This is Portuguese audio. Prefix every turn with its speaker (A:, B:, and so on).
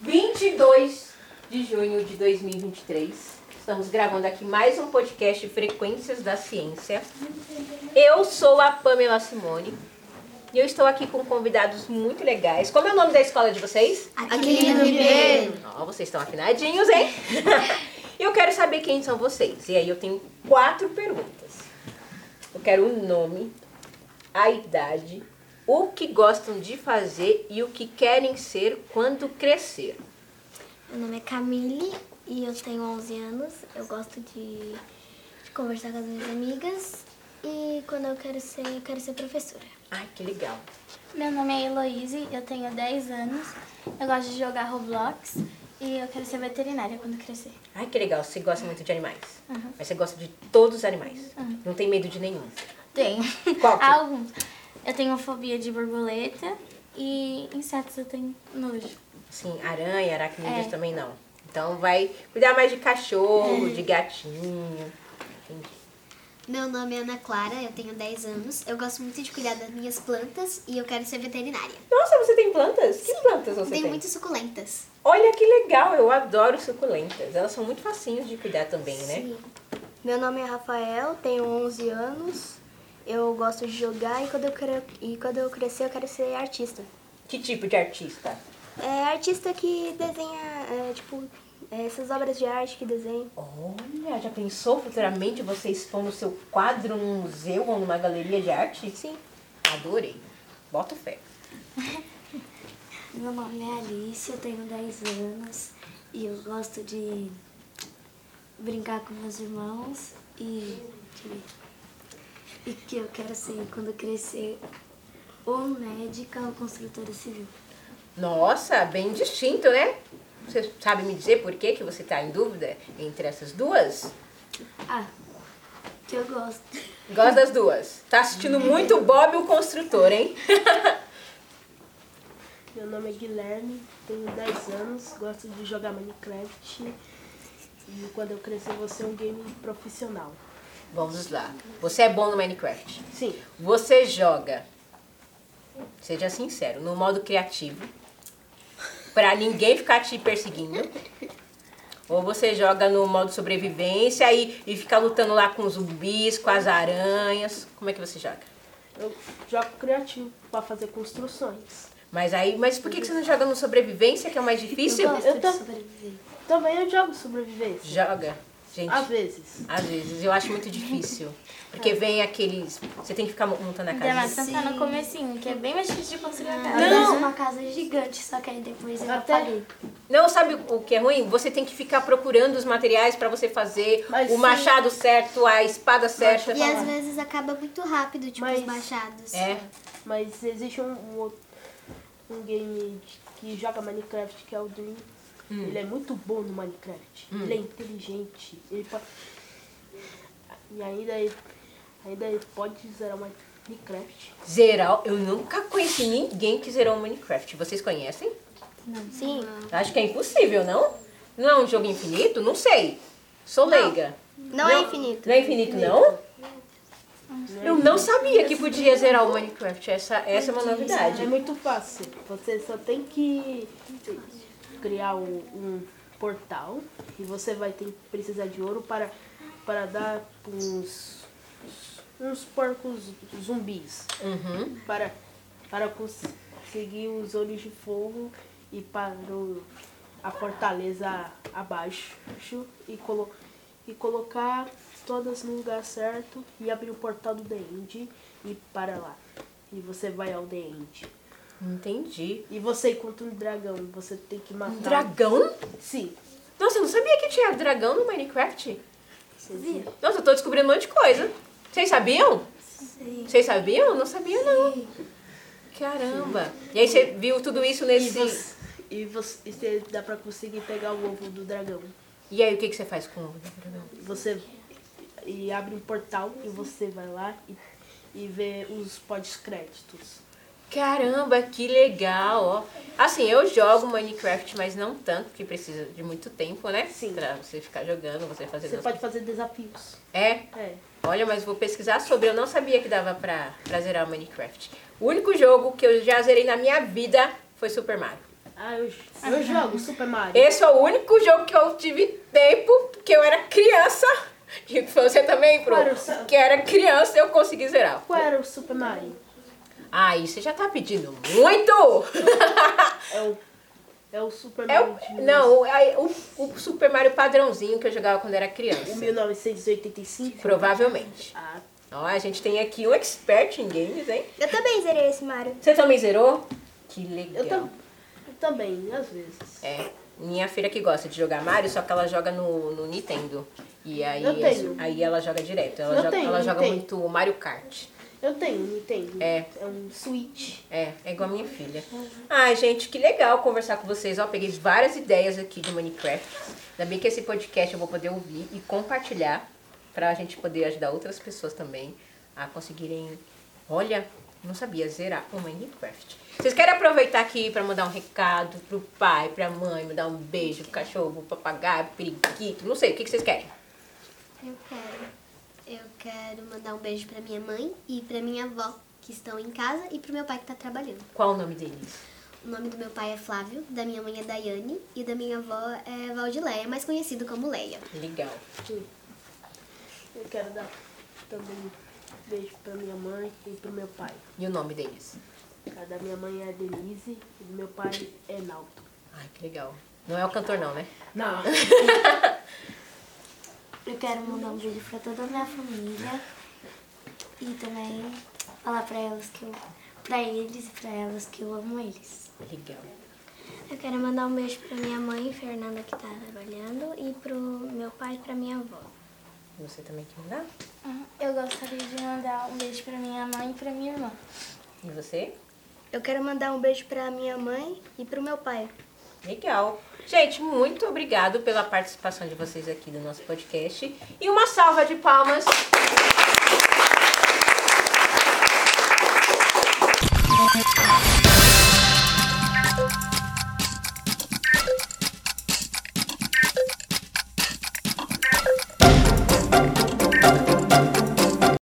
A: 22 de junho de 2023. Estamos gravando aqui mais um podcast Frequências da Ciência. Eu sou a Pamela Simone e eu estou aqui com convidados muito legais. Como é o nome da escola de vocês?
B: Aquilino Ribeiro.
A: Ó, vocês estão afinadinhos, hein? eu quero saber quem são vocês. E aí eu tenho quatro perguntas. Eu quero o nome, a idade, o que gostam de fazer e o que querem ser quando crescer.
B: Meu nome é Camille e eu tenho 11 anos. Eu gosto de, de conversar com as minhas amigas e quando eu quero ser, eu quero ser professora.
A: Ai, que legal.
C: Meu nome é Heloise, eu tenho 10 anos, eu gosto de jogar Roblox e eu quero ser veterinária quando crescer.
A: Ai, que legal. Você gosta muito de animais. Mas você gosta de todos os animais. Não tem medo de nenhum.
C: Tenho.
A: Qual que- é?
C: Alguns. Eu tenho fobia de borboleta e insetos eu tenho nojo.
A: Sim, Assim, aranha, aracnídeos
C: É.
A: também não. Então vai cuidar mais de cachorro, de gatinho. Entendi.
B: Meu nome é Ana Clara, eu tenho 10 anos. Eu gosto muito de cuidar das minhas plantas e eu quero ser veterinária.
A: Nossa, você tem plantas? Que plantas você
B: tenho
A: tem?
B: muitas suculentas.
A: Olha que legal, eu adoro suculentas. Elas são muito facinhas de cuidar também, né?
D: Meu nome é Rafael, tenho 11 anos. Eu gosto de jogar e quando eu, quero, e quando eu crescer eu quero ser artista.
A: Que tipo de artista?
D: É artista que desenha, é, tipo, é, essas obras de arte que desenha.
A: Olha, já pensou futuramente você expor no seu quadro num museu ou numa galeria de arte?
D: Sim.
A: Adorei. Bota fé.
B: Meu nome é Alice, eu tenho 10 anos e eu gosto de brincar com meus irmãos e, e que eu quero ser quando crescer ou médica ou construtora civil.
A: Nossa, bem distinto, né? Você sabe me dizer por que, que você está em dúvida entre essas duas?
B: Ah, que eu gosto.
A: Gosto das duas. Tá assistindo muito Bob o Construtor, hein?
E: Meu nome é Guilherme, tenho 10 anos, gosto de jogar Minecraft e quando eu crescer vou ser um game profissional.
A: Vamos lá. Você é bom no Minecraft.
E: Sim,
A: Você joga, seja sincero, no modo criativo, pra ninguém ficar te perseguindo. Ou você joga no modo sobrevivência e, e fica lutando lá com os zumbis, com as aranhas. Como é que você joga?
E: eu jogo criativo pra fazer construções.
A: Mas aí, mas por que, que você não joga no sobrevivência, que é o mais difícil?
E: Eu tam- também eu jogo sobrevivência.
A: Joga. Gente,
E: Às vezes.
A: às vezes eu acho muito difícil. Porque vem aqueles. Você tem que ficar montando a
C: Ainda mais
A: casa.
C: quando tá no comecinho, que é bem mais difícil de construir a
B: Eu
C: casa.
B: fiz uma casa gigante, só que aí depois eu
E: Até-
B: apaguei.
A: Não, sabe o que é ruim? Você tem que ficar procurando os materiais pra você fazer
E: Mas
A: o
E: sim.
A: machado certo, a espada certa.
B: E às vezes acaba muito rápido, tipo
E: Mas-
B: os machados.
A: É.
E: Mas existe um, um outro- um game de- que joga Minecraft que é o Dream. Ele é muito bom no Minecraft. Ele é inteligente. Ele pode... E ainda ele, ainda ele pode zerar Minecraft.
A: Zerar, eu nunca conheci ninguém que zerou o Minecraft. Vocês conhecem?
D: Sim.
E: Ah.
A: Acho que é impossível, não? Não é um jogo infinito? Não sei. Sou leiga.
D: Não, é infinito.
A: Não é infinito, não? Eu não sabia que podia zerar o Minecraft. Essa, essa é uma novidade.
D: né?
E: É muito fácil. Você só tem que criar um, um portal e você vai ter que precisar de ouro para, para dar uns, uns porcos zumbis
A: Uhum.
E: para, para conseguir os olhos de fogo e para o- a fortaleza abaixo e, colo, e colocar todas no lugar certo e abrir o portal do The End e para lá. E você vai ao The End.
A: Entendi.
E: E você encontra um dragão, você tem que matar.
A: Um dragão?
E: Sim.
A: Nossa, eu não sabia que tinha dragão no Minecraft.
E: Sim.
A: Nossa, eu tô descobrindo um monte de coisa. Vocês sabiam? Sim. Vocês sabiam? Eu Não sabia, não. Caramba. E aí você viu tudo isso
E: E
A: nesse...
E: você, e você- e você dá pra conseguir pegar o ovo do dragão.
A: E aí, o que, que você faz com o dragão?
E: Você e abre um portal e você vai lá e, e vê os pós-créditos.
A: Caramba, que legal, ó. Assim, eu jogo Minecraft, mas não tanto, porque precisa de muito tempo, né?
E: Sim.
A: Pra você ficar jogando, você fazer...
E: Você
A: as-
E: pode fazer desafios.
A: É,
E: É.
A: Olha, mas vou pesquisar sobre. Eu não sabia que dava pra, pra zerar o Minecraft. O único jogo que eu já zerei na minha vida foi Super Mario.
E: Ah, eu, eu jogo Super Mario.
A: Esse é o único jogo que eu tive tempo, que eu era criança. De infância também, Pro.
E: Claro, só-
A: Que eu era criança eu consegui zerar.
E: Qual era o Super Mario?
A: Aí você já tá pedindo muito!
E: É o, é o Super
A: É
E: Mario
A: o,
E: de
A: não, o- aí, o, o Super Mario padrãozinho que eu jogava quando era
E: o é
A: criança.
E: 1985?
A: Provavelmente.
E: Ah,
A: Ó, a gente tem aqui um expert em games, hein?
D: Eu também zerei esse Mario.
A: Você também zerou? Que legal.
E: eu, tam, eu também, às vezes.
A: É, minha filha que gosta de jogar Mario, só que ela joga no, no Nintendo. E aí,
E: Eu tenho.
A: aí ela joga direto. Ela
E: Eu
A: joga,
E: tenho,
A: ela joga
E: Nintendo.
A: muito Mario Kart.
E: Eu tenho, não tenho.
A: É.
E: É um Switch.
A: É, é igual a minha filha. Ai, gente, que legal conversar com vocês. Ó, peguei várias ideias aqui de Minecraft. Ainda bem que esse podcast eu vou poder ouvir e compartilhar pra gente poder ajudar outras pessoas também a conseguirem. Olha, não sabia zerar o Minecraft. Vocês querem aproveitar aqui pra mandar um recado pro pai, pra mãe, mandar um beijo pro cachorro, pro papagaio, pro periquito, não sei, o que que vocês querem?
F: Eu quero. Eu quero mandar um beijo pra minha mãe e pra minha avó, que estão em casa, e pro meu pai que tá trabalhando.
A: Qual o nome deles?
F: O nome do meu pai é Flávio, da minha mãe é Daiane e da minha avó é Valdileia, mais conhecido como Leia.
A: Legal.
E: Eu quero dar também um beijo pra minha mãe e pro meu pai.
A: E o nome deles?
E: A da minha mãe é Denise e do meu pai é Naldo.
A: Ai, que legal. Não é o cantor não, né?
E: Não.
B: Eu quero mandar um beijo pra toda a minha família e também falar pra elas que eu. pra eles e pra elas que eu amo eles.
A: Legal.
F: Eu quero mandar um beijo pra minha mãe, Fernanda, que tá trabalhando, e pro meu pai e pra minha avó.
A: Você também quer mandar?
C: Eu gostaria de mandar um beijo pra minha mãe e pra minha irmã.
A: E você?
D: Eu quero mandar um beijo pra minha mãe e pro meu pai.
A: Legal. Gente, muito obrigado pela participação de vocês aqui do nosso podcast. E uma salva de palmas.